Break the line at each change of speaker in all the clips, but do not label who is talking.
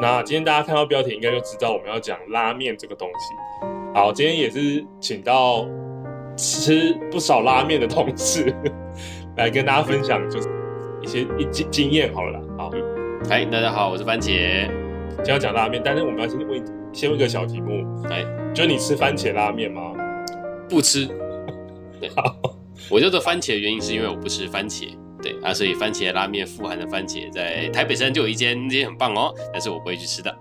那今天大家看到标题应该就知道我们要讲拉面这个东西。好，今天也是请到吃不少拉面的同事 来跟大家分享，就是一些一经经验好了啦。好，
嗨，大家好，我是番茄。
今天要讲拉面，但是我们要先问先问一个小题目，
哎，
就是你吃番茄拉面吗？
不吃，对，我叫做番茄的原因是因为我不吃番茄，对啊，所以番茄拉面富含的番茄在台北山就有一间，那间很棒哦，但是我不会去吃的。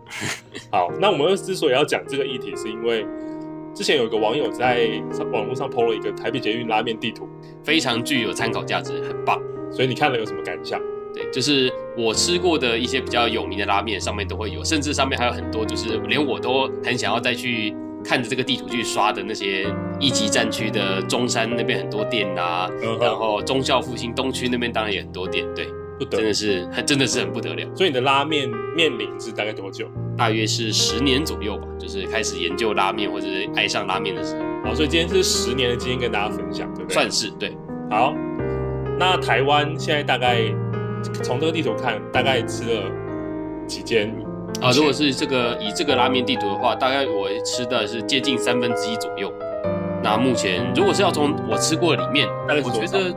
好，那我们之所以要讲这个议题，是因为之前有一个网友在上网络上 PO 了一个台北捷运拉面地图，
非常具有参考价值，很棒。
所以你看了有什么感想？
对，就是我吃过的一些比较有名的拉面，上面都会有，甚至上面还有很多，就是连我都很想要再去看着这个地图去刷的那些一级战区的中山那边很多店啊，
嗯
然
哼，
后忠孝复兴东区那边当然也很多店，对，
不
真
得。
的是很真的是很不得了。
所以你的拉面面龄是大概多久？
大约是十年左右吧，就是开始研究拉面或者是爱上拉面的时候，
好，所以今天是十年的经验跟大家分享，对不对？
算是对。
好。那台湾现在大概从这个地图看，大概吃了几间？
啊，如果是这个以这个拉面地图的话，大概我吃的是接近三分之一左右。那目前如果是要从我吃过的里面，
大概是
我
多
觉
少
得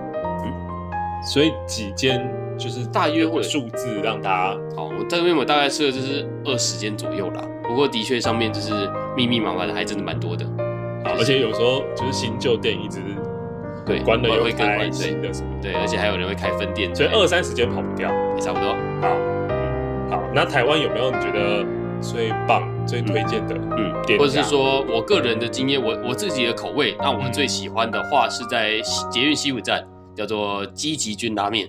所以几间就是
大约会
有数字让大家
哦，我这边我大概吃了就是二十间左右啦。不过的确上面就是密密麻麻的，还真的蛮多的。
好，而且有时候就是新旧店一直
对，
关了
会
又
会更
开
关
新
对
的什么的，
对，而且还有人会开分店之
所
类
以
的，
二三十间跑不掉。
也差不多。
好，好，那台湾有没有你觉得最棒、最推荐的
嗯
店家？
或者是说我个人的经验，我我自己的口味，那我最喜欢的话是在西捷运西武站，叫做积极军拉面。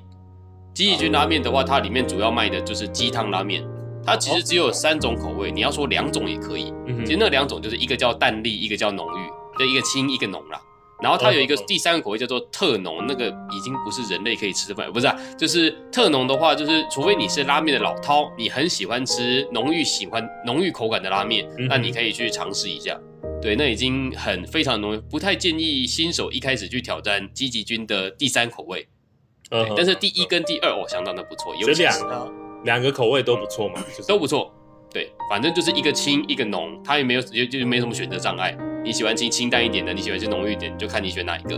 积极军拉面的话，它里面主要卖的就是鸡汤拉面，它其实只有三种口味，你要说两种也可以。
嗯
其实
哼，
那两种就是一个叫淡丽，一个叫浓郁，对，一个轻，一个浓啦。然后它有一个
嗯嗯嗯
第三个口味叫做特浓，那个已经不是人类可以吃的饭，不是啊，就是特浓的话，就是除非你是拉面的老饕，你很喜欢吃浓郁喜欢浓郁口感的拉面
嗯，
那你可以去尝试一下。对，那已经很非常浓，不太建议新手一开始去挑战积极军的第三口味，
嗯哼
哎但是第一跟第二哦相当的不错，
这
有
两个两个口味都不错嘛，就是
都不错。对，反正就是一个轻一个浓，它也没有就就没什么选择障碍。你喜欢清清淡一点的，你喜欢吃浓郁一点，就看你选哪一个。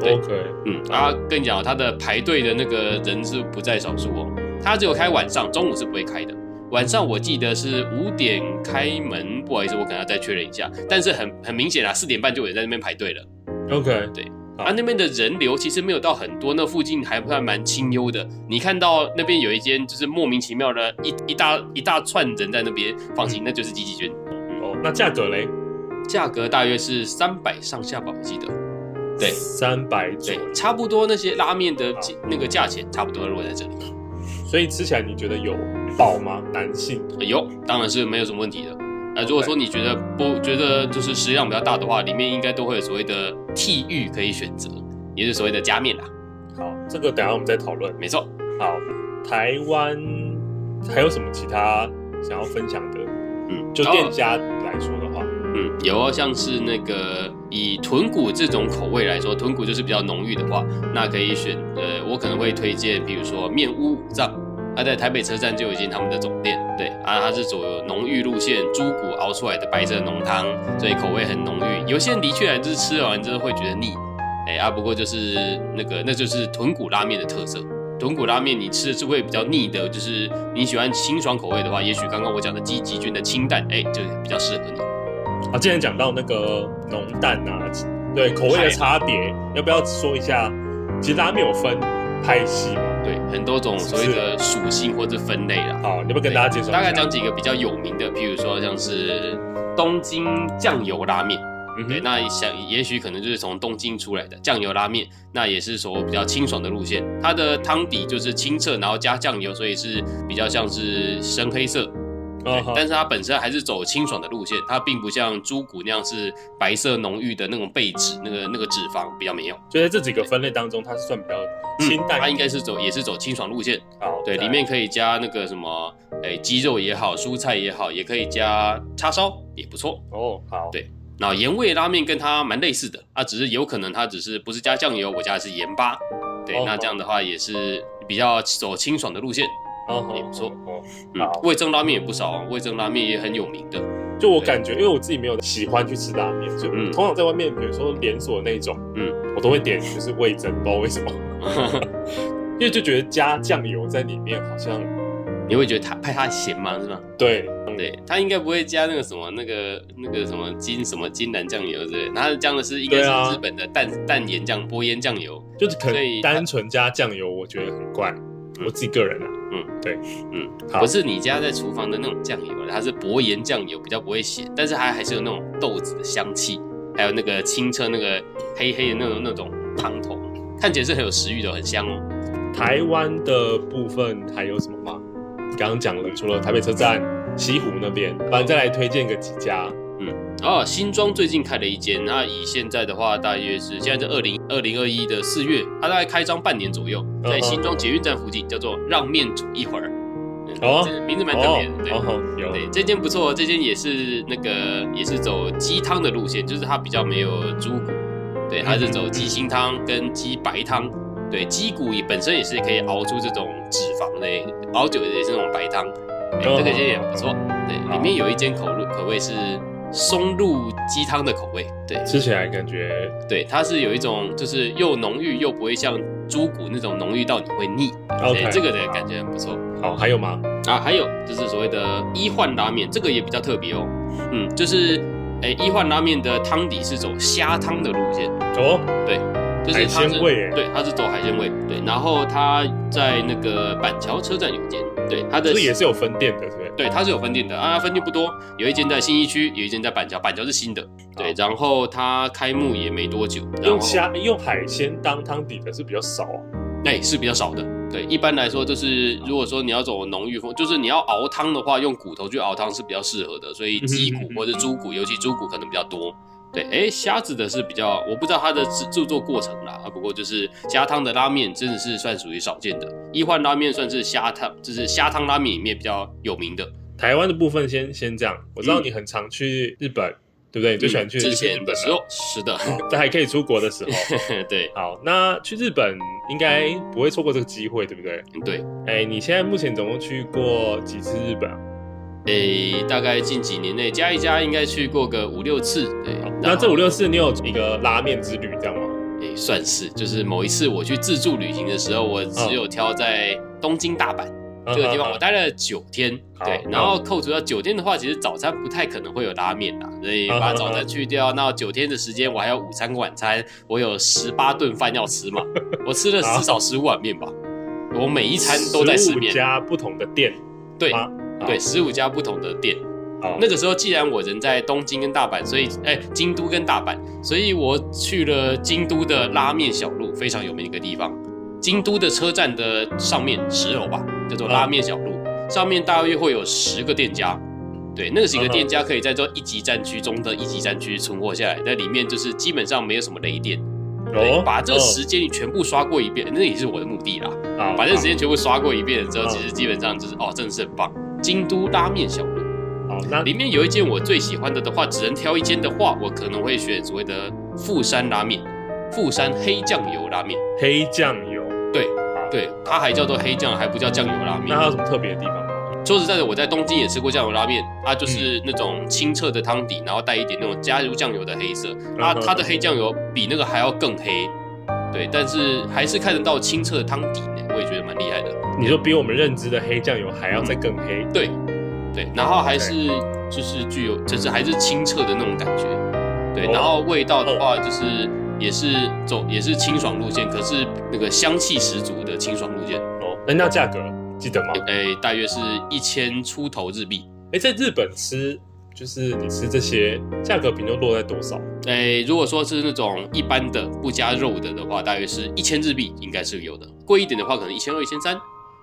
对
OK。
嗯，啊，跟你讲哦，它的排队的那个人是不在少数哦，它只有开晚上，中午是不会开的。晚上我记得是五点开门，不好意思，我可能要再确认一下。但是很很明显啊，四点半就有人在那边排队了。
OK，好
啊，那边的人流其实没有到很多，那附近还算蛮清幽的。你看到那边有一间就是莫名其妙的一一大一大串人在那边，放心，那就是积极军，
哦，那价格嘞？
价格大约是三百上下吧，我记得。对
三百左
对
右，，
差不多那些拉面的
好
那个价钱差不多落在这里。
所以吃起来你觉得有饱吗？弹性？
哎呦，当然是没有什么问题的。那、如果说你觉得不觉得就是食量比较大的话，里面应该都会有所谓的替玉可以选择，也就是所谓的加面啦。
好，这个等一下我们再讨论。
没错，
好，台湾还有什么其他想要分享的？
嗯，
就
然后
店家来说的话，
嗯，有哦，像是那个以豚骨这种口味来说，豚骨就是比较浓郁的话，那可以选呃，我可能会推荐，比如说面屋五藏，它在台北车站就有一间他们的总店，对啊，它是走浓郁路线，猪骨熬出来的白色浓汤，所以口味很浓郁。有些人的确就是吃完之后会觉得腻，哎啊，不过就是那个那就是豚骨拉面的特色。豚骨拉面你吃的是会比较腻的，就是你喜欢清爽口味的话，也许刚刚我讲的鸡鸡菌的清淡，哎，就比较适合你。
啊，之前讲到那个浓淡啊，对口味的差别，要不要说一下？其实拉面有分派系嘛，
对，很多种所谓的属性或者分类啦。
好，你要不要跟大家介绍一下？
大概讲几个比较有名的，譬如说像是东京酱油拉面，
嗯
对，
哼，
那想也许可能就是从东京出来的酱油拉面，那也是走比较清爽的路线。它的汤底就是清澈，然后加酱油，所以是比较像是深黑色。
嗯哼
但是它本身还是走清爽的路线，它并不像猪骨那样是白色浓郁的那种背脂，那个那个脂肪比较没有。
就在这几个分类当中，它是算比较
嗯
清淡
它
一
应
点。
该是走也是走清爽路线。
好，
对，
再
里面可以加那个什么，诶，鸡肉也好，蔬菜也好，也可以加叉烧，也不错。
哦，好，
对那盐味拉面跟它蛮类似的，啊，只是有可能它只是不是加酱油，我加的是盐巴。对
哦，
那这样的话也是比较走清爽的路线。
哦好
也不错
哦
嗯
好，
味噌拉面也不少哦，味噌拉面也很有名的。
就我感觉，因为我自己没有喜欢去吃拉面，所以
嗯
通常在外面，比如说连锁那种，
嗯，
我都会点就是味增，不知道为什么，因为就觉得加酱油在里面好像
你会觉得它怕它咸吗？是吗？
对
对，它应该不会加那个什么那个那个什么金什么金兰酱油之类的，它加的是应该
对啊
是日本的淡、淡盐酱薄盐酱油。
就是可
所以
能
它
单纯加酱油，我觉得很怪，
嗯
我自己个人啊，
嗯，
对，
嗯，
好
不是你家在厨房的那种酱油，啊它是薄盐酱油，比较不会咸，但是它还是有那种豆子的香气，还有那个清澈那个黑黑的那种那种汤头，看起来是很有食欲的，很香哦。
台湾的部分还有什么吗？你刚刚讲了，除了台北车站、西湖那边，反正再来推荐个几家。
啊，新庄最近开了一间，那以现在的话，大约是现在是二零二零二一的四月，它大概开张半年左右，
嗯
在
哼
新庄捷运站附近，叫做让面煮一会儿。嗯
哦
这名字蛮特别的，对。
哦，有
对，这间不错，这间也是那个也是走鸡汤的路线，就是它比较没有猪骨，对，它是
嗯
走鸡心汤跟鸡白汤，对，鸡骨也本身也是可以熬出这种脂肪的，熬久了也是那种白汤，对，
哦
这个也很不错，对，
好
里面有一间口味口味是松露鸡汤的口味，对，
吃起来感觉
对，它是有一种就是又浓郁又不会像猪骨那种浓郁到你会腻，对
OK，
这个的感觉很不错。
好，还有吗？
啊，还有就是所谓的一换拉面，这个也比较特别哦。嗯，就是诶、一换拉面的汤底是走虾汤的路线，
哦，
就是它
海
是
鲜味耶
对，它是走海鲜味，对。然后它在那个板桥车站有一间，对，它的
这也是有分店的，对不对？
对，它是有分店的啊，分店不多，有一间在信义区，有一间在板桥，板桥是新的，对。
好
然后它开幕也没多久，然后
用虾、用海鲜当汤底的是比较少啊。
哎、是比较少的。对，一般来说就是，如果说你要走浓郁风，就是你要熬汤的话，用骨头去熬汤是比较适合的。所以鸡骨
嗯哼
或者猪骨，尤其猪骨可能比较多。对，哎、虾子的是比较，我不知道它的制制作过程啦。啊，不过就是虾汤的拉面真的是算属于少见的，一换拉面算是虾汤，就是虾汤拉面里面比较有名的。
台湾的部分先先这样，我知道
嗯
你很常去日本，对不对？你最喜欢去
嗯之
日
前的
本
时
了
候，是的，
好在还可以出国的时候。
对
好，那去日本应该不会错过这个机会，对不对？
对，
哎，你现在目前总共去过几次日本啊？
诶、大概近几年内加一加，应该去过个五六次。对，
那这
然后
五六次你有一个拉面之旅，这样吗？
诶，算是，就是某一次我去自助旅行的时候，我
嗯
只有挑在东京、大阪这个地
啊
方，我待了九天。
好嗯
对，然后扣除掉九天的话，其实早餐不太可能会有拉面啦，所以
嗯
把
嗯
早餐
嗯
去掉，那九天的时间我还有午餐、晚餐，我有十八顿饭要吃嘛，我吃了
好
至少十五碗面吧，我每一餐都在吃
15
面，
家不同的店
对
吗？好
对，十五家不同的店，
好，
那个时候既然我人在东京跟大阪，所以哎、京都跟大阪，所以我去了京都的拉面小路，非常有名的一个地方。京都的车站的上面十楼吧，叫
嗯
做拉面小路，上面大约会有十个店家。对，那个几个
嗯哼
店家可以在这一级战区中的一级战区存活下来，在里面就是基本上没有什么雷店。对，
哦，
把这个
哦
时间你全部刷过一遍，那也是我的目的啦。
好
把这时间全部刷过一遍了之后，
嗯
其实基本上就是哦，真的是很棒。京都拉面小路。
好，好那
里面有一间我最喜欢的的话，只能挑一间的话，我可能会选所谓的富山拉面，富山黑酱油拉面。
黑酱油，
对
好，
对，它还叫做黑酱，还不叫酱油拉面
那。它有什么特别的地方吗？
说实在的，我在东京也吃过酱油拉面，它就是那种清澈的汤底，然后带一点那种加入酱油的黑色。它它的黑酱油比那个还要更黑，对，但是还是看得到清澈的汤底呢，我也觉得蛮厉害的。
你说比我们认知的黑酱油还要再更黑，
对，对，然后还是就是具有，就是还是清澈的那种感觉，对，
哦
然后味道的话就是也是走也是清爽路线，可是那个香气十足的清爽路线，
哦，那那价格记得吗？
诶，大约是一千出头日币，
哎，在日本吃就是你吃这些，价格平均落在多少？
诶，如果说是那种一般的不加肉的的话，大约是一千日币应该是有的，贵一点的话可能一千二、一千三。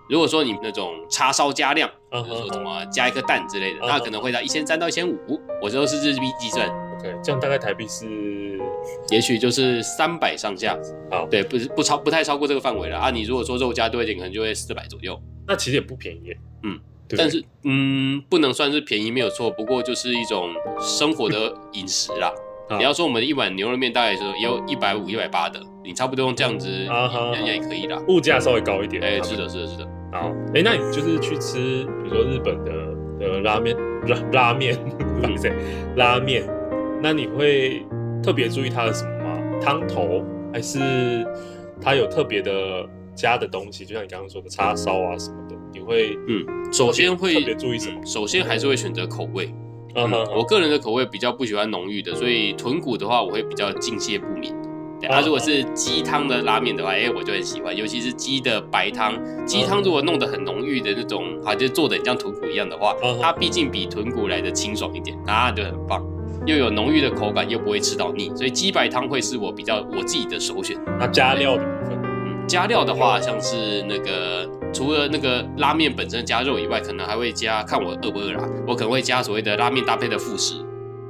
如果说你那种叉烧加量，
嗯
比如说
嗯
什么加一颗蛋之类的，
嗯
那可能会到一千三到一千五，我这都是日币计算。
，OK，这样大概台币是
也许就是三百上下。
好
对，不是不超不太超过这个范围了啊。你如果说肉加多一点，可能就会四百左右。
那其实也不便宜耶，
嗯
对不对，
但是嗯，不能算是便宜没有错，不过就是一种生活的饮食啦。
好
你要说我们一碗牛肉面大概是也有一百五、一百八的，你差不多用这样子
啊哈
应该也可以啦。
物价稍微高一点，
哎，
他们
是的，是的，是的，
然后，哎，那你就是去吃，比如说日本的的拉面，拉拉面，不好意思拉面，那你会特别注意它的什么吗？汤头，还是它有特别的加的东西？就像你刚刚说的叉烧啊什么的，你会
嗯，首先会
特别注意什么
嗯首先还是会选择口味。
嗯哼，
我个人的口味比较不喜欢浓郁的，所以豚骨的话我会比较敬谢不敏。对啊，
哦
如果是鸡汤的拉面的话，哎、我就很喜欢，尤其是鸡的白汤。鸡
嗯
汤如果弄得很浓郁的那种，啊，就做的很像豚骨一样的话
嗯，
它毕竟比豚骨来的清爽一点，啊，就很棒，又有浓郁的口感，又不会吃到腻，所以鸡白汤会是我比较我自己的首选。
那加料的部分，
嗯，加料的
哦
话，像是那个除了那个拉面本身加肉以外，可能还会加，看我饿不饿啦，我可能会加所谓的拉面搭配的副食，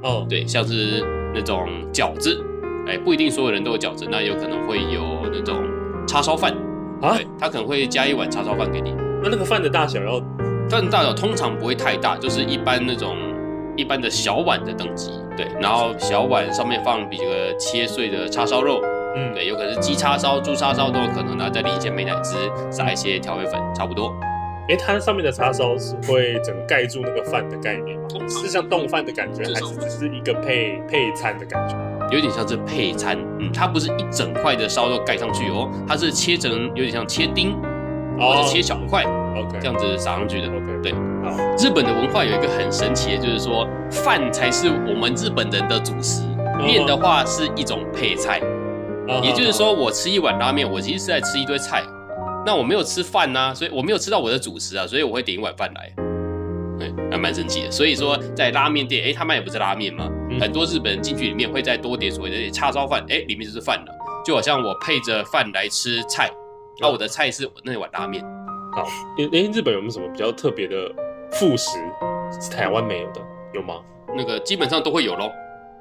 嗯，
对，像是那种饺子，哎，不一定所有人都有饺子，那有可能会有那种叉烧饭，
啊
对，，他可能会加一碗叉烧饭给你，
那那个饭的大小要
但大小通常不会太大，就是一般那种一般的小碗的等级，对，然后小碗上面放比个切碎的叉烧肉，
嗯，
对，有可能是鸡叉烧、猪叉烧都有可能啊，再淋一些美乃滋，撒一些调味粉，差不多。
哎，它上面的叉烧是会整个盖住那个饭的概念吗
通？常
是像冻饭的感觉，
至
还
少
是只是一个配配餐的感觉？
有点像是配餐，嗯，它不是一整块的烧肉盖上去哦，它是切成有点像切丁或者切小块
哦，OK，
这样子撒上去的。
OK，
对，
好，
日本的文化有一个很神奇的，就是说饭才是我们日本人的主食，
哦
面的话是一种配菜。
嗯
也就是，说，我吃一碗拉面，我其实是在吃一堆菜，那我没有吃饭呐、所以我没有吃到我的主食啊，所以我会点一碗饭来。对，还蛮神奇的。所以说，在拉面店，哎，他卖也不是拉面嘛，
嗯
很多日本人进去里面会再多点所谓的叉烧饭，哎，里面就是饭了，就好像我配着饭来吃菜，那、
哦
我的菜是那碗拉面。
哎，诶日本有没有什么比较特别的副食是台湾没有的？有吗？
那个基本上都会有咯。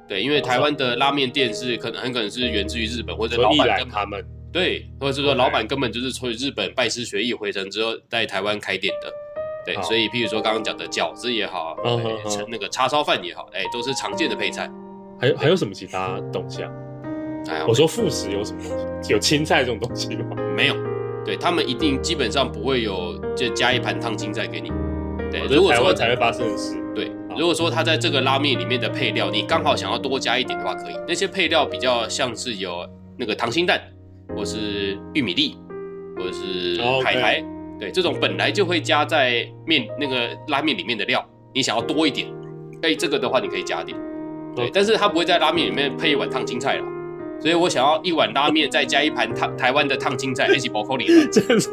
对，
哦
因为
啊
台湾的拉面店是可能很可能是源自于日本，或者
所
老
以一
板
来
根本
他们
对，或者是说
OK
老板根本就是从日本拜师学艺回程之后，在台湾开店的。对，
好
所以譬如说刚刚讲的饺子也好，
哦嗯
对
嗯嗯
成那个叉烧饭也好，哎，都是常见的配菜。
还有还有什么其他东西啊？
哎，
我说副食有什么东西？有青菜这种东西吗？
没有，对他们一定基本上不会有就加一盘烫青菜给你。对，
哦这
如
是
果
台
说
湾才会发生的事。
对
好，
如果说它在这个拉面里面的配料，你刚好想要多加一点的话，可以。那些配料比较像是有那个溏心蛋，或是玉米粒，或者是
哦，OK
海苔，对，这种本来就会加在面那个拉面里面的料，你想要多一点，哎，这个的话你可以加点，对
OK，
但是它不会在拉面里面配一碗烫青菜啦。所以我想要一碗拉面，再加一盘烫台湾的烫青菜，一起包扣里。
这样子，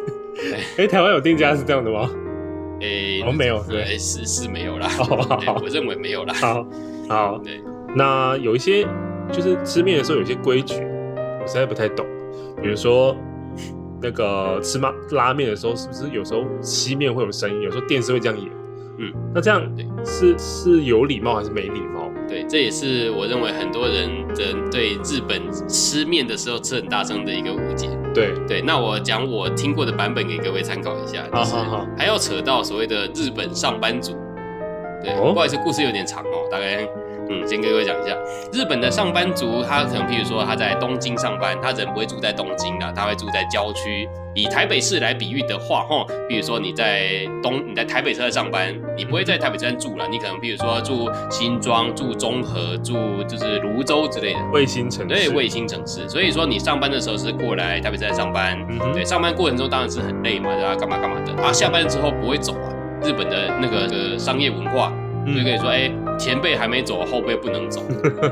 哎，台湾有定价是这样的吗？
哎，
好像哦没有对
哎是是没有啦，
好好
对
好
我认为没有啦。
好好，
对，
那有一些就是吃面的时候有一些规矩，我实在不太懂。比如说那个吃拉拉面的时候，是不是有时候吸面会有声音？有时候电视会这样演。
嗯，
那这样
对
是是有礼貌还是没礼貌？
对，这也是我认为很多人的对日本吃面的时候吃很大声的一个误解。
对，
对，那我讲我听过的版本给各位参考一下，
好
就是
好好
还要扯到所谓的日本上班族。对，
哦
不好意思，故事有点长哦，大概嗯，先跟各位讲一下，日本的上班族，他可能譬如说他在东京上班，他人不会住在东京的，他会住在郊区。以台北市来比喻的话，吼，比如说你在东，你在台北车站上班，你不会在台北车站住了，你可能譬如说住新庄、住中和、住就是泸州之类的。
卫星城市。
对，卫星城市。所以说你上班的时候是过来台北站上班，
嗯哼
对，上班过程中当然是很累嘛，然后干嘛干嘛的。啊，下班之后不会走啊，日本的那个、呃商业文化，就可
嗯
以说，哎、前辈还没走，后辈不能 走，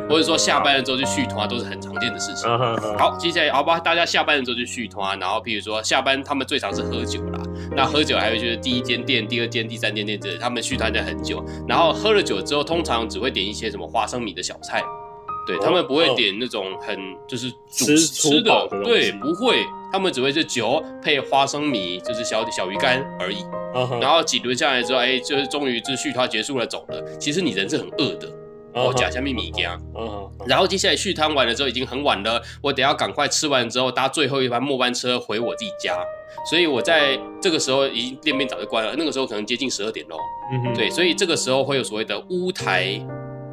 或者说下班了之后去续团都是很常见的事情。
啊哈哈，
好，接下来好吧，大家下班了之后就续团，然后譬如说下班他们最常是喝酒啦，那喝酒还有就是第一间店、第二间、第三间店之类的，他们续团的很久，然后喝了酒之后，通常只会点一些什么花生米的小菜，对他们不会点那种很就是主
哦吃
吃
粗饱
的
的东，西
对，不会，他们只会是酒配花生米，就是小小鱼干而已。
啊哈
然后几轮下来之后，哎，就是终于就是续团结束了，走了。其实你人是很饿的，
嗯
我假下面米羹。
啊哈，
然后接下来续摊完了之后已经很晚了，我得要赶快吃完之后搭最后一班末班车回我自己家。所以我在这个时候已经店面早就关了，那个时候可能接近十二点喽。
嗯哼，
对，所以这个时候会有所谓的乌台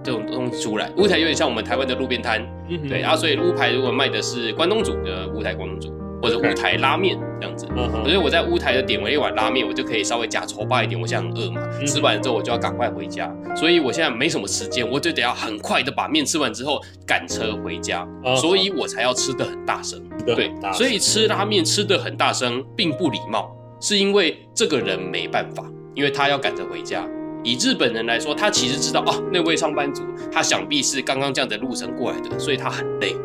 这种东西出来，乌台有点像我们台湾的路边摊，
嗯嗯哼，
对，然后所以乌牌如果卖的是关东煮的乌台关东煮，或者乌
OK
台拉面这样子。
嗯哼
所以我在乌台的点为一碗拉面，我就可以稍微加稠巴一点。我现在很饿嘛，
嗯
吃完之后我就要赶快回家，所以我现在没什么时间，我就得要很快的把面吃完之后赶车回家，
嗯
所以我才要吃的很大声。
得
对
很大，
所以吃拉面吃的很大声并不礼貌，是因为这个人没办法，因为他要赶着回家。以日本人来说，他其实知道哦，那位上班族他想必是刚刚这样的路程过来的，所以他很累。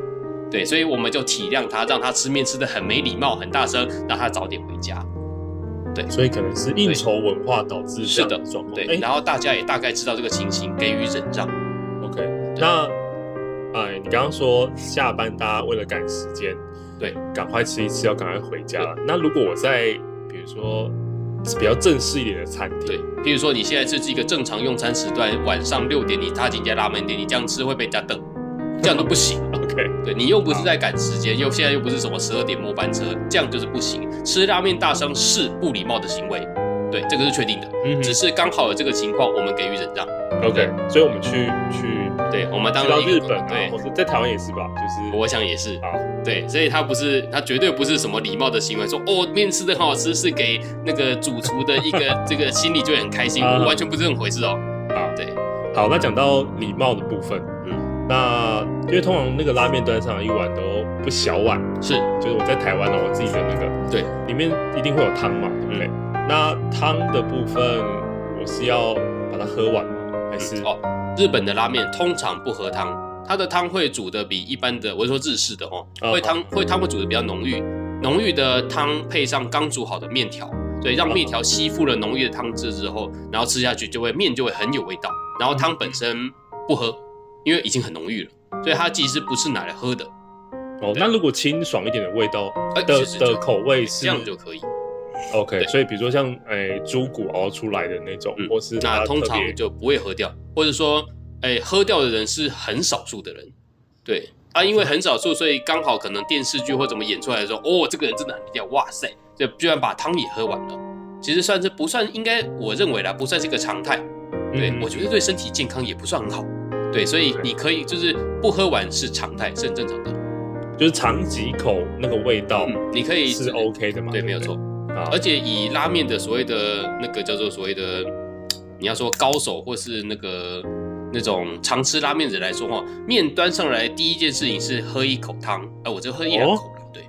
对，所以我们就体谅他，让他吃面吃的很没礼貌、很大声，让他早点回家。
所以可能是应酬文化导致这样的状况。
对，
哎
然后大家也大概知道这个情形，给予忍让。
OK，那哎，你刚刚说下班大家为了赶时间，
对，
赶快吃一吃，要赶快回家了。那如果我在比如说比较正式一点的餐厅，，
对譬如说你现在这是一个正常用餐时段，晚上六点你踏进一家拉面店，你这样吃会被人家瞪，这样都不行。
，OK，
对你又不是在赶时间，又现在又不是什么十二点末班车，这样就是不行。吃拉面大声是不礼貌的行为，对，这个是确定的。
嗯
只是刚好有这个情况，我们给予忍让。
，OK，所以我们去去
对，我们当
嗯去
然
到
一个
日本啊，
对
或，是在台湾也是吧，就是
我想也是
好。
对，所以他不是，他绝对不是什么礼貌的行为，说哦面吃的很好吃，是给那个主厨的一个这个心里就会很开心，
啊
完全不是这么回事哦。
啊
对，
好，那讲到礼貌的部分，嗯，那因为通常那个拉面端上来一碗都不小碗，
是
就是我在台湾呢，啊我自己的那个，
对，
里面一定会有汤嘛，
嗯
对不对？那汤的部分，我是要把它喝完吗？还是、
哦，日本的拉面通常不喝汤，它的汤会煮的比一般的，我是说日式的哦，
嗯
会汤会汤会煮的比较浓郁，浓郁的汤配上刚煮好的面条，所
哦
以让面条吸附了浓郁的汤汁之后，然后吃下去就会面就会很有味道，然后汤本身不喝，因为已经很浓郁了，所以它其实不是拿来喝的，
哦？
啊
那如果清爽一点的味道
哎
的、
其实就
的口味是
这样就可以。
OK，
对
所以比如说像诶猪骨熬出来的那种，
嗯
或是它
那通
特
常
别
就不会喝掉，或者说，哎，喝掉的人是很少数的人，对啊，因为很少数，所以刚好可能电视剧或怎么演出来的时候，哦，这个人真的很低调，哇塞，就居然把汤也喝完了，其实算是不算应该，我认为啦，不算是一个常态，对、
嗯
我觉得对身体健康也不算很好，对，所以
对
你可以就是不喝完是常态，是很正常的，
就是尝几口那个味道、
嗯，你可以
是哦 OK 的嘛？
对，
不
没有错。
啊
而且以拉面的所谓的那个叫做所谓的，你要说高手或是那个那种常吃拉面的人来说哈，面端上来第一件事情是喝一口汤，哎、我就喝一两口了，对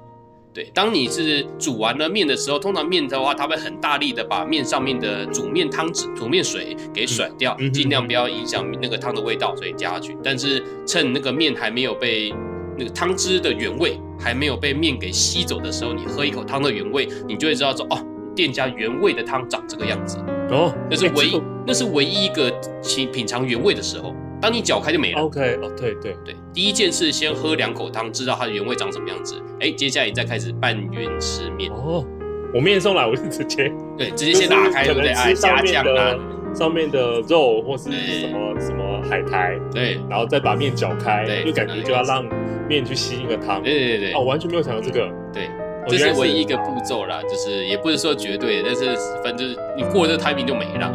对。当你是煮完了面的时候，通常面的话，它会很大力的把面上面的煮面汤汁、煮面水给甩掉
嗯嗯，哼
尽量不要影响那个汤的味道，所以加下去。但是趁那个面还没有被那个汤汁的原味还没有被面给吸走的时候，你喝一口汤的原味，你就会知道说，哦，店家原味的汤长这个样子，
哦，
那是
哎
唯
这
一
个，
那是唯一一个品品尝原味的时候。当你搅开就没了。
OK 哦，对对，
对，第一件事先喝两口汤，知道它的原味长什么样子。哎，接下来你再开始拌匀吃面，
哦，我面送来我就直接
对， 直接先打开，
就是
对不对？
可能
哎，
吃上
加
面
酱
的、
啊，
上面的肉或是
对
什么什么海苔，
对，
然后再把面搅开，
对
就感觉就要让面去吸那个汤。
对对对
哦，我
对
完全没有想到这个，
对。
我
这
原来
是唯一一个步骤啦，就是也不是说绝对，但是反正就是你过了这 timing 就没了。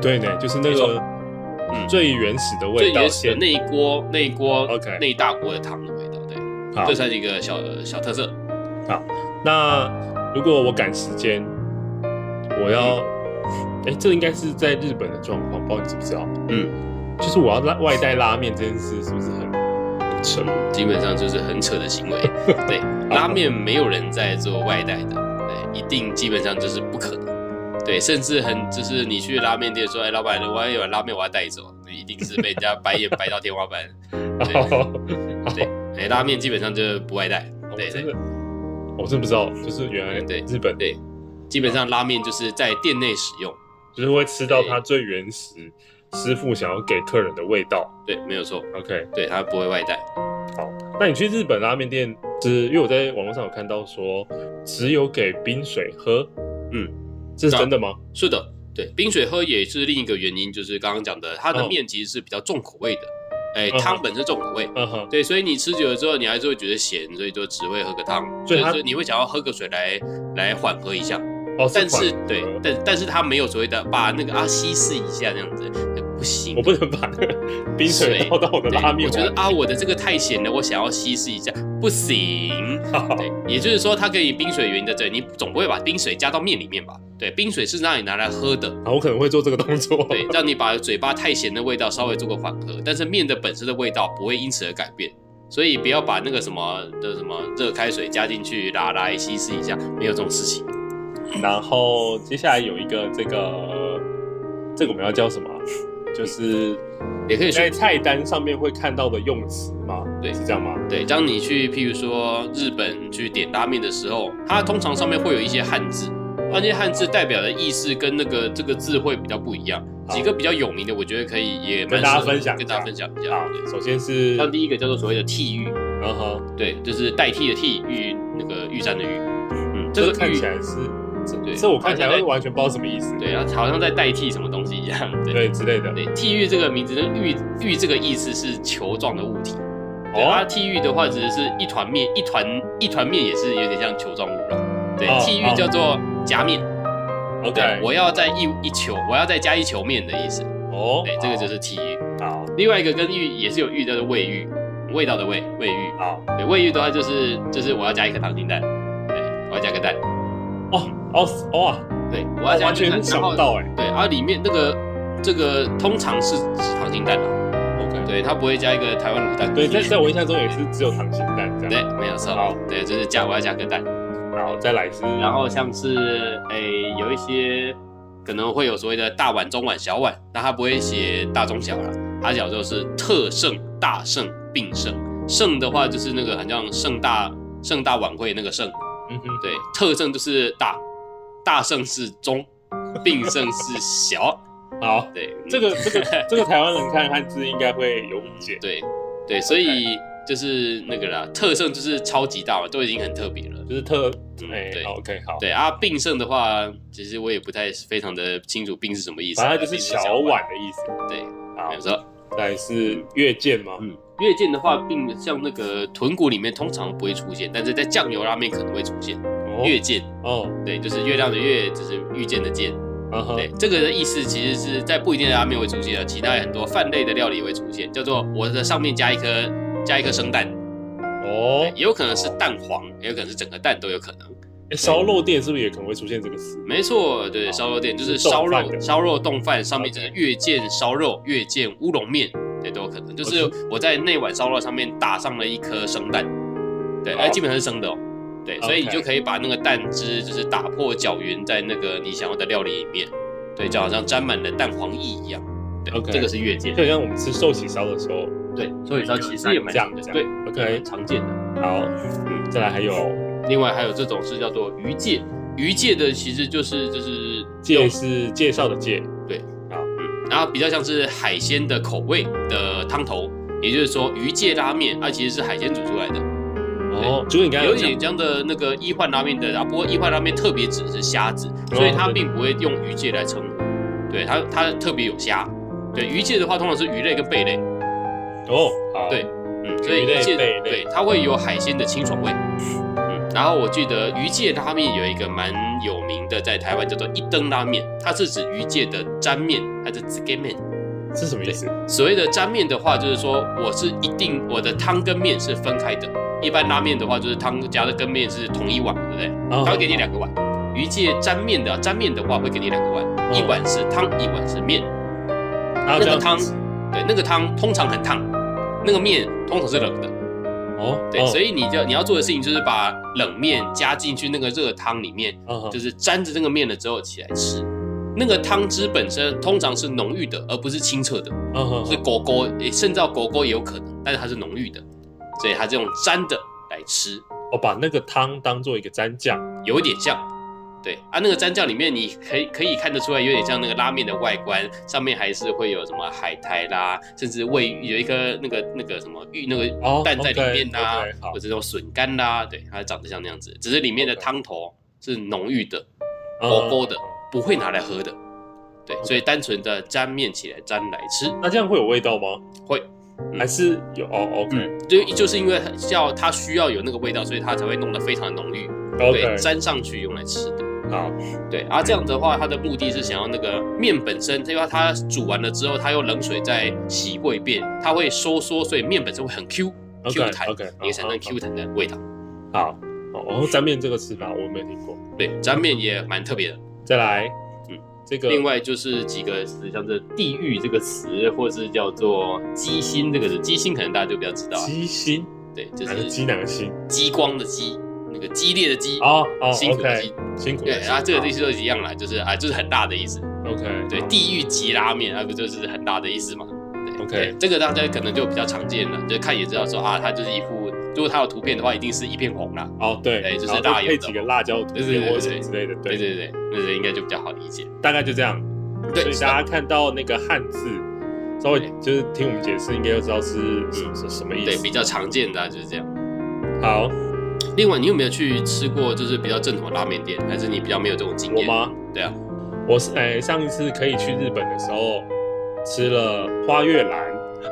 对呢，就是那
没
个
错嗯
最原始的
最
味道
原始的
先。
那一锅、那一锅、
OK
那一大锅的汤的味道，对，
好
这，算是一个小小特色。
那如果我赶时间，我要，
嗯
哎，这应该是在日本的状况，不知道你知不知道？嗯，就是我要拉外带拉面这件事，是不是很很扯？
基本上就是很扯 的行为。对，拉面没有人在做外带的，对，一定基本上就是不可能。对，甚至很就是你去拉面店说，哎，老板，我要一碗拉面，我要带走，一定是被人家白眼白到天花板。对，哎，拉面基本上就是不外带。
我
对
哦真
对
的，我真不知道，就是原来
对
日本
对，基本上拉面就是在店内使用。
就是会吃到它最原始师傅想要给客人的味道。
对，没有错，
OK，
对，它不会外带。
那你去日本拉面店吃，因为我在网络上有看到说只有给冰水喝，
嗯，
这是真的吗？
是的，对，冰水喝也是另一个原因，就是刚刚讲的，它
哦
的面其实是比较重口味的，哎、
嗯哼
汤本身重口味，
嗯哼，
对，啊所以你吃久了之后，你还是会觉得咸，所以就只会喝个汤，
所以它
就是你会想要喝个水来来缓和一下，
哦，
但是
缓和
对，但但是它没有所谓的把那个啊稀释一下这样子，呃不行
我。不能把冰水
水
倒到我的
对
拉面
我觉得
碗。
啊，我的这个太咸了，我想要稀释一下，不 行。
好
对，也就是说，它可以冰水源的这，你总不会把冰水加到面里面吧？对，冰水是让你拿来 喝的，
好我可能会做这个动作。
对，让你把嘴巴太咸的味道稍微做个缓和，但是面的本身的味道不会因此而改变，所以不要把那个什么的什么热开水加进去拉来稀释一下，没有这种事情。
然后接下来有一个这个，这个我们要叫什么啊？就是
也可以说
在，菜单上面会看到的用词吗？
对
是这样吗？
对，当你去譬如说日本去点拉面的时候，它通常上面会有一些汉字，那些汉字代表的意思跟那个这个字会比较不一样。
好
几个比较有名的，我觉得可以也蛮
跟大家
适合
分享一
跟
下
大家分享一下
啊。，首先是，
像第一个叫做所谓的替玉，
嗯哼，
对，就是代替的替玉那个玉山的玉，嗯，这
这
个
个看
玉
起来是，这
对
这我看起来
看起来
完全不知道什么意思，
对，啊然后好像在代替什么东西一样。对
对之类的。
对，替玉这个名字，那玉玉这个意思是球状的物体。对，它、
哦，
替玉的话，只是一团面，一团一团面也是有点像球状物了。对
哦，
替玉
哦
叫做夹面。对
OK，，
我要再一一球，我要再加一球面的意思。
哦，
对，这个就是替玉。
好
另外一个跟玉也是有玉，叫做味玉，味道的味，味玉。
好哦
对，味玉的话就是就是我要加一颗溏心蛋，对，我要加个蛋，
哦哦哦哇，
对，我要
我
加
完
一颗
全
蛋
想
然后
不到哎。
对，而、里面那个这个通常是指溏心蛋啊，
OK，
对，它不会加一个台湾卤蛋。
对，在在我印象中也是只有溏心蛋这
对
样。，
没有错
好。
对，就是加我要加个蛋，
然后再来是，
然后像是诶、有一些可能会有所谓的大碗、中碗、小碗，那它不会写大中小了，它小就是特盛、大盛、并盛。盛的话就是那个好像盛大盛大晚会那个盛，
嗯哼，
对，特盛就是大，大盛是中，并盛是小，
好，
对，嗯
这个这 个这个台湾人看汉字应该会有误解，
对对，所以就是那个啦，特胜就是超级大嘛，都已经很特别了。
就是特
嗯
哎
对
好，OK 好，
对啊，并胜的话，其实我也不太非常的清楚并是什么意思啊，
反正就是小碗啊的意思。
并是小
好
碗。有，时候，
再来是月见吗？
嗯，月见的话，并像那个豚骨里面通常不会出现，但是在酱油拉面可能会出现。
哦
月见，
哦，
对，就是月亮的月，就是遇见的见。
嗯哼
对，这个的意思其实是在不一定的拉面会出现啊，其他很多饭类的料理也会出现，叫做我的上面加一颗加一颗生蛋，
哦
对，也有可能是蛋黄，也有可能是整个蛋都有可能。
诶烧肉店是不是也可能会出现这个词？
没错，对，
好
烧肉店就是是烧
冻饭的
肉，烧肉冻饭上面
OK
就是月见烧肉、月见乌龙面，对，都有可能。就是
我
我在那碗烧肉上面打上了一颗生蛋，对，
好
哎，基本上是生的哦，对，
OK
所以你就可以把那个蛋汁就是打破搅匀在那个你想要的料理里面，对，就好像沾满了蛋黄液一样，
OK
对，这个是月见
就，很像我们吃寿喜烧的时候，
对，所以它其实也蛮
这样
常
这
见的，
样
对
OK
蛮常见的。
好，嗯，再来还有
另外还有这种是叫做鱼介，鱼介的其实就是就是
介是介绍的介，
嗯然后比较像是海鲜的口味的汤头，也就是说鱼介拉面，它其实是海鲜煮出来的，
哦，就是你刚才
嗯有
有讲
点像的那个一换拉面的啊，不过一换拉面特别指的是虾子，
啊
所以它并不会用鱼介来称呼，对它它特别有虾，对鱼介的话通常是鱼类跟贝类，
哦，好，
对嗯，所以
鱼类
鱼介
贝类
对它会有海鲜的清爽味，嗯，然后我记得鱼介拉面有一个蛮有名的，在台湾叫做一灯拉面，它是指鱼介的沾面还是 z i g a 面？
是什么意思？
所谓的沾面的话，就是说我是一定我的汤跟面是分开的。一般拉面的话，就是汤加的跟面是同一碗，对不对？
哦
他会给你两个碗。鱼介沾面的，沾面的话会给你两个碗，一碗是汤，一碗是面。
然后
那
这
个
样
汤，对，那个汤通常很烫，那个面通常是冷的。
哦，
对，所
以
以你就你要做的事情就是把冷面加进去那个热汤里面，
嗯哦
就是是沾着那个面了之后起来吃。那个汤汁本身通常是浓郁的，而不是清澈的。
嗯
是狗狗，诶，甚至到狗狗也有可能，但是它是浓郁的，所以它这种沾的来吃，
我哦把那个汤当做一个蘸酱，
有一点像，对啊，那个蘸酱里面你可以可以看得出来，有点像那个拉面的外观，上面还是会有什么海苔啦，甚至味有一个那个那个什么玉那个
哦
蛋在里面啦
OK，OK，，好
或者这种笋干啦，对，它长得像那样子，只是里面的
OK
汤头是浓郁的，狗狗的
嗯
不会拿来喝的，对，所以单纯的沾面起来沾来吃
那这样会有味道吗？
会。嗯
还是有哦
嗯，就就是因为它要它需要有那个味道，所以它才会弄得非常浓郁，
，OK，OK，
对，沾上去用来吃的。
啊，
对啊，这样子的话，它的目的是想要那个面本身，因为它煮完了之后，它用冷水再洗过一遍，它会收缩，所以面本身会很 Q
OK，
Q 弹
OK，
也产生 Q 弹的味道。
好，好，哦，沾面这个吃法我没听过。
对，沾面也蛮特别的。
再来，
嗯，
这个
另外就是几个词，像这“地狱”这个词，或是叫做“鸡心”这个词，鸡心可能大家就比较知道啊。
鸡心，
对，就
哪个
是
鸡哪个心？
激光的激，那个激烈的激，
哦哦
辛苦的
，OK，
激。
辛苦
对
的心。
啊，这个意思都一样啦，就是啊，就是很大的意思。
好 OK，
对，地狱级拉面，那、不就是很大的意思嘛？对
OK
对这个大家可能就比较常见了，就看也知道说啊，它就是一副，如果它有图片的话，一定是一片红啦。
哦对，
对就是
然后
辣
再
油
配
的
几个辣椒涂
对对对
或什么
对
之类的，
对
对，
对对，那个应该就比较好理解。
大概就这样。
对
所以
是的
大家看到那个汉字，稍微就是听我们解释，应该就知道是什什什么意
嗯对，
思
比。嗯较常见的、啊、就是这样。
好，
另外，你有没有去吃过就是比较正统的拉面店，还是你比较没有这种经
我
验？
吗？
对啊，
我是哎，上一次可以去日本的时候吃了花月兰，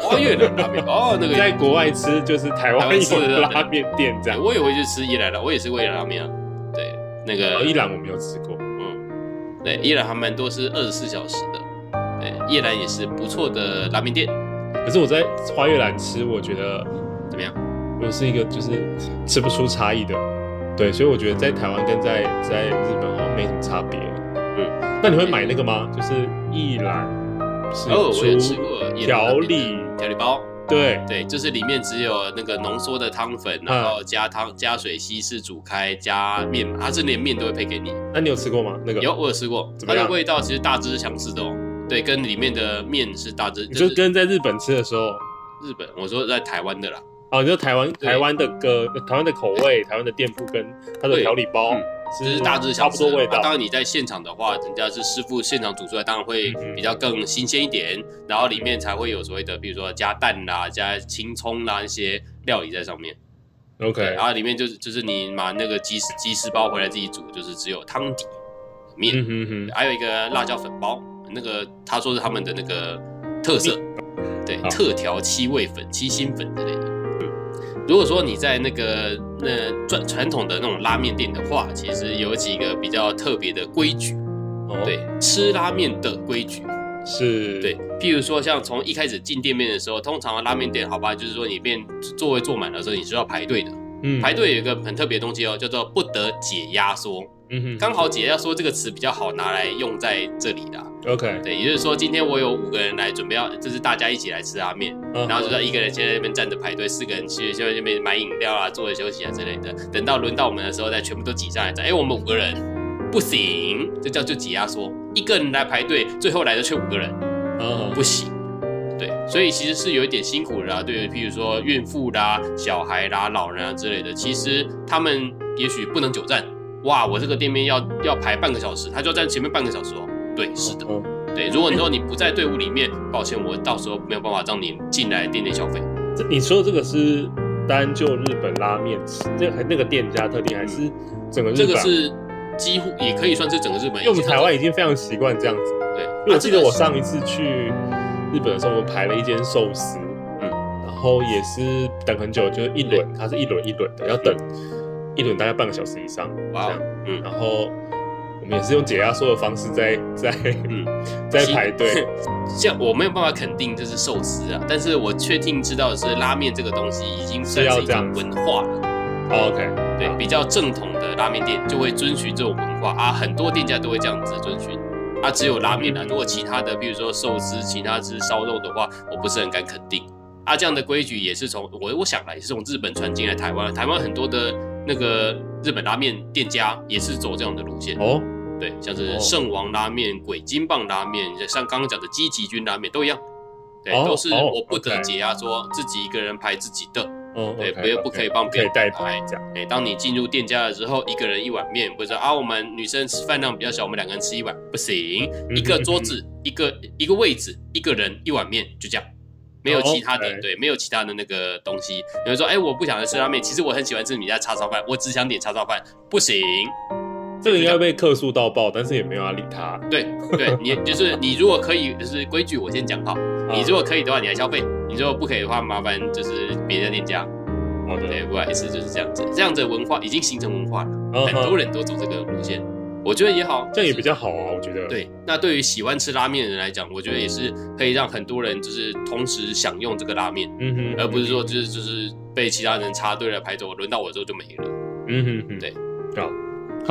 哦，越 南拉面，哦，那个
在国外吃就是台湾
台湾吃的
有
对
拉面店这样。
我也会去吃伊兰的，我也是为了拉面啊。对，那
哦
个
伊朗我没有吃过，
嗯，对，夜兰还蛮多是二十四小时的，对，夜兰也是不错的拉面店，
可是我在花月兰吃，我觉得
怎么样？
我是一个就是吃不出差异的，对，所以我觉得在台湾跟在在日本好像没什么差别。嗯，那你会买那个吗？就是一兰是
哦，我有吃
出
过夜兰
调
拉面
理
的，调理包，
对，
对，就是里面只有那个浓缩的汤粉，
嗯
然后加汤、加水稀释煮开，加面嘛，它是连面都会配给你。
那你有吃过吗？那个
有，，我有吃过，
怎么
它
样
的味道其实大致是相似的哦。对，跟里面的面是大致，
你就是跟在日本吃的时候，
日本，我说在台湾的啦，
哦，你说台湾
对
台湾的个台湾的口味，台湾的店铺跟它的
对
调理包
嗯，就是大致
差
相
不
似
多味
啊
道
当。然你在现场的话，人家是师傅现场煮出来，当然会
嗯嗯
比较更新鲜一点，然后里面才会有所谓的，比如说加蛋啦、加青葱啦一些料理在上面。
OK，
然后里啊面就是就是你买那个鸡鸡丝包回来自己煮，就是只有汤底面，
嗯哼哼，
还有一个辣椒粉包，那个他说是他们的那个特色，对，
好
特调七味粉、七星粉之类的。如果说你在那个那传传统的那种拉面店的话，其实有几个比较特别的规矩，
哦，
对，吃拉面的规矩，
是，
对，，譬如说像从一开始进店面的时候，通常拉面店好吧，就是说你变座位坐满了之后，你是要排队的，
嗯，
排队有一个很特别的东西哦，叫做不得解压缩，
嗯哼，
刚好解压缩这个词比较好拿来用在这里啦。
OK，
对，也就是说，今天我有五个人来准备要，就是大家一起来吃拉面，
然
然后就说一个人先在那边站着排队，四个人去就在那边买饮料啊，坐着休息啊之类的。等到轮到我们的时候，再全部都挤上来，哎，我们五个人不行，这叫就挤压缩，一个人来排队，最后来的却五个人，
嗯，
不行。对，所以其实是有一点辛苦的啦。啊对于譬如说孕妇啦、小孩啦、老人啊之类的，其实他们也许不能久站。哇，我这个店面要要排半个小时，他就要站前面半个小时哦。对，是的，
嗯，
对。如果你说你不在队伍里面，抱歉，我到时候没有办法让你进来店内消费。
这你说的这个是单就日本拉面吃，这还那个店家特定，还是整个日本？
这个是几乎也可以算是整个日本，
因为我们台湾已经非常习惯这样子。
对。
因为我
啊
记得我，
这个
上一次去日本的时候，我们排了一间寿司，嗯，然后也是等很久，就是一轮，它是一轮一轮的，要等一轮大概半个小时以上，
是
这
哇
样。
哦，嗯
然后我们也是用解压缩的方式在在
嗯，
在排队，
像我没有办法肯定这是寿司啊，但是我确定知道的是拉面这个东西已经
是
算
要
是一
这
种
样子
文化了。
哦 OK，
对，比较正统的拉面店就会遵循这种文化啊，很多店家都会这样子遵循。啊，只有拉面啊，如果其他的，比如说寿司、其他吃烧肉的话，我不是很敢肯定。啊，这样的规矩也是从我我想来是从日本传进来台湾，台湾很多的那个日本拉面店家也是走这样的路线。
哦，
对，像
哦
是圣王拉面、鬼金棒拉面，像刚刚讲的积极军拉面都一样。对，
哦
都是
哦
我不得
OK
解压说自己一个人排自己的。
哦，
对
OK，
不要不可以
OK，
帮别
可以
人
代
排
排这样，
哎，当你进入店家的时候，一个人一碗面，或者啊，我们女生吃饭量比较小，我们两个人吃一碗不行，
嗯
一个桌子一个一个位置，一个人一碗面，就这样，没有其他
哦
的，
OK
对，没有其他的那个东西。有人说，哎，我不想吃拉面，其实我很喜欢吃你家叉烧饭，我只想点叉烧饭，不行。
这个应该被客诉到爆，但是也没有要理他。
对对，你就是你如果可以，就是规矩我先讲好，你如
啊
果可以的话，你来消费；你如果不可以的话，麻烦就是别的店家。
好的，
对，不好意思，就是这样子，这样子的文化已经形成文化了。
嗯
很多人都走这个路线。我觉得也好，
这样也比较好啊，我觉得。，
对，那对于喜欢吃拉面的人来讲，我觉得也是可以让很多人就是同时享用这个拉面，
嗯哼，
而不是说就是就是被其他人插队了排走，轮到我之后就没了。
嗯哼哼，
对，
好，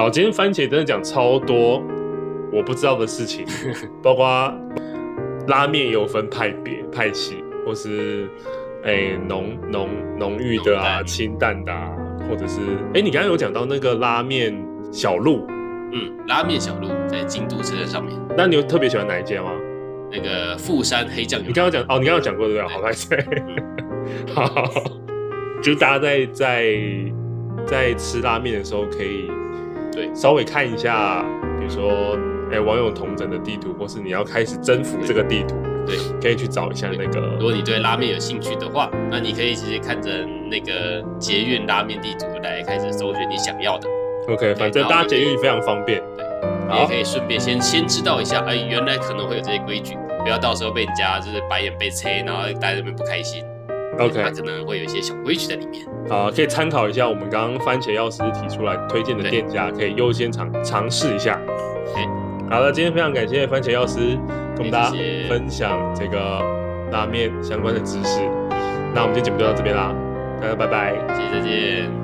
好，今天番茄真的讲超多我不知道的事 情，包括拉面也有分派别派系，或是哎浓浓浓郁的
浓
啊、
淡
清淡的啊，或者是哎你刚刚有讲到那个拉面小路，
嗯，拉面小路在京都车站上面，
那你有特别喜欢哪一间吗？
那个富山黑酱油
你，刚刚讲哦，你刚刚讲过对不对？
对嗯
好，拍谁？ 好，就是大家在在在吃拉面的时候，可以
对
稍微看一下，比如说哎网友同整的地图，或是你要开始征服这个地图，
对，
可以去找一下那
如果
个。
你对拉面有兴趣的话，那你可以直接看着那个捷运拉面地图来开始搜寻你想要的。
OK，反正
然后
搭捷运非常方便。
你也
好
可，以顺便先先知道一下，哎，原来可能会有这些规矩，不要到时候被人家就是白眼被催，然后大家在那边不开心。
OK
它可能会有一些小规矩在里面。
啊，可以参考一下我们刚刚番茄药师提出来推荐的
对
店家，可以优先尝尝试一下
对。
好了，今天非常感谢番茄药师跟我们大家
谢谢
分享这个拉面相关的知识。那我们今天节目就到这边啦，大家拜拜。
谢谢，再见。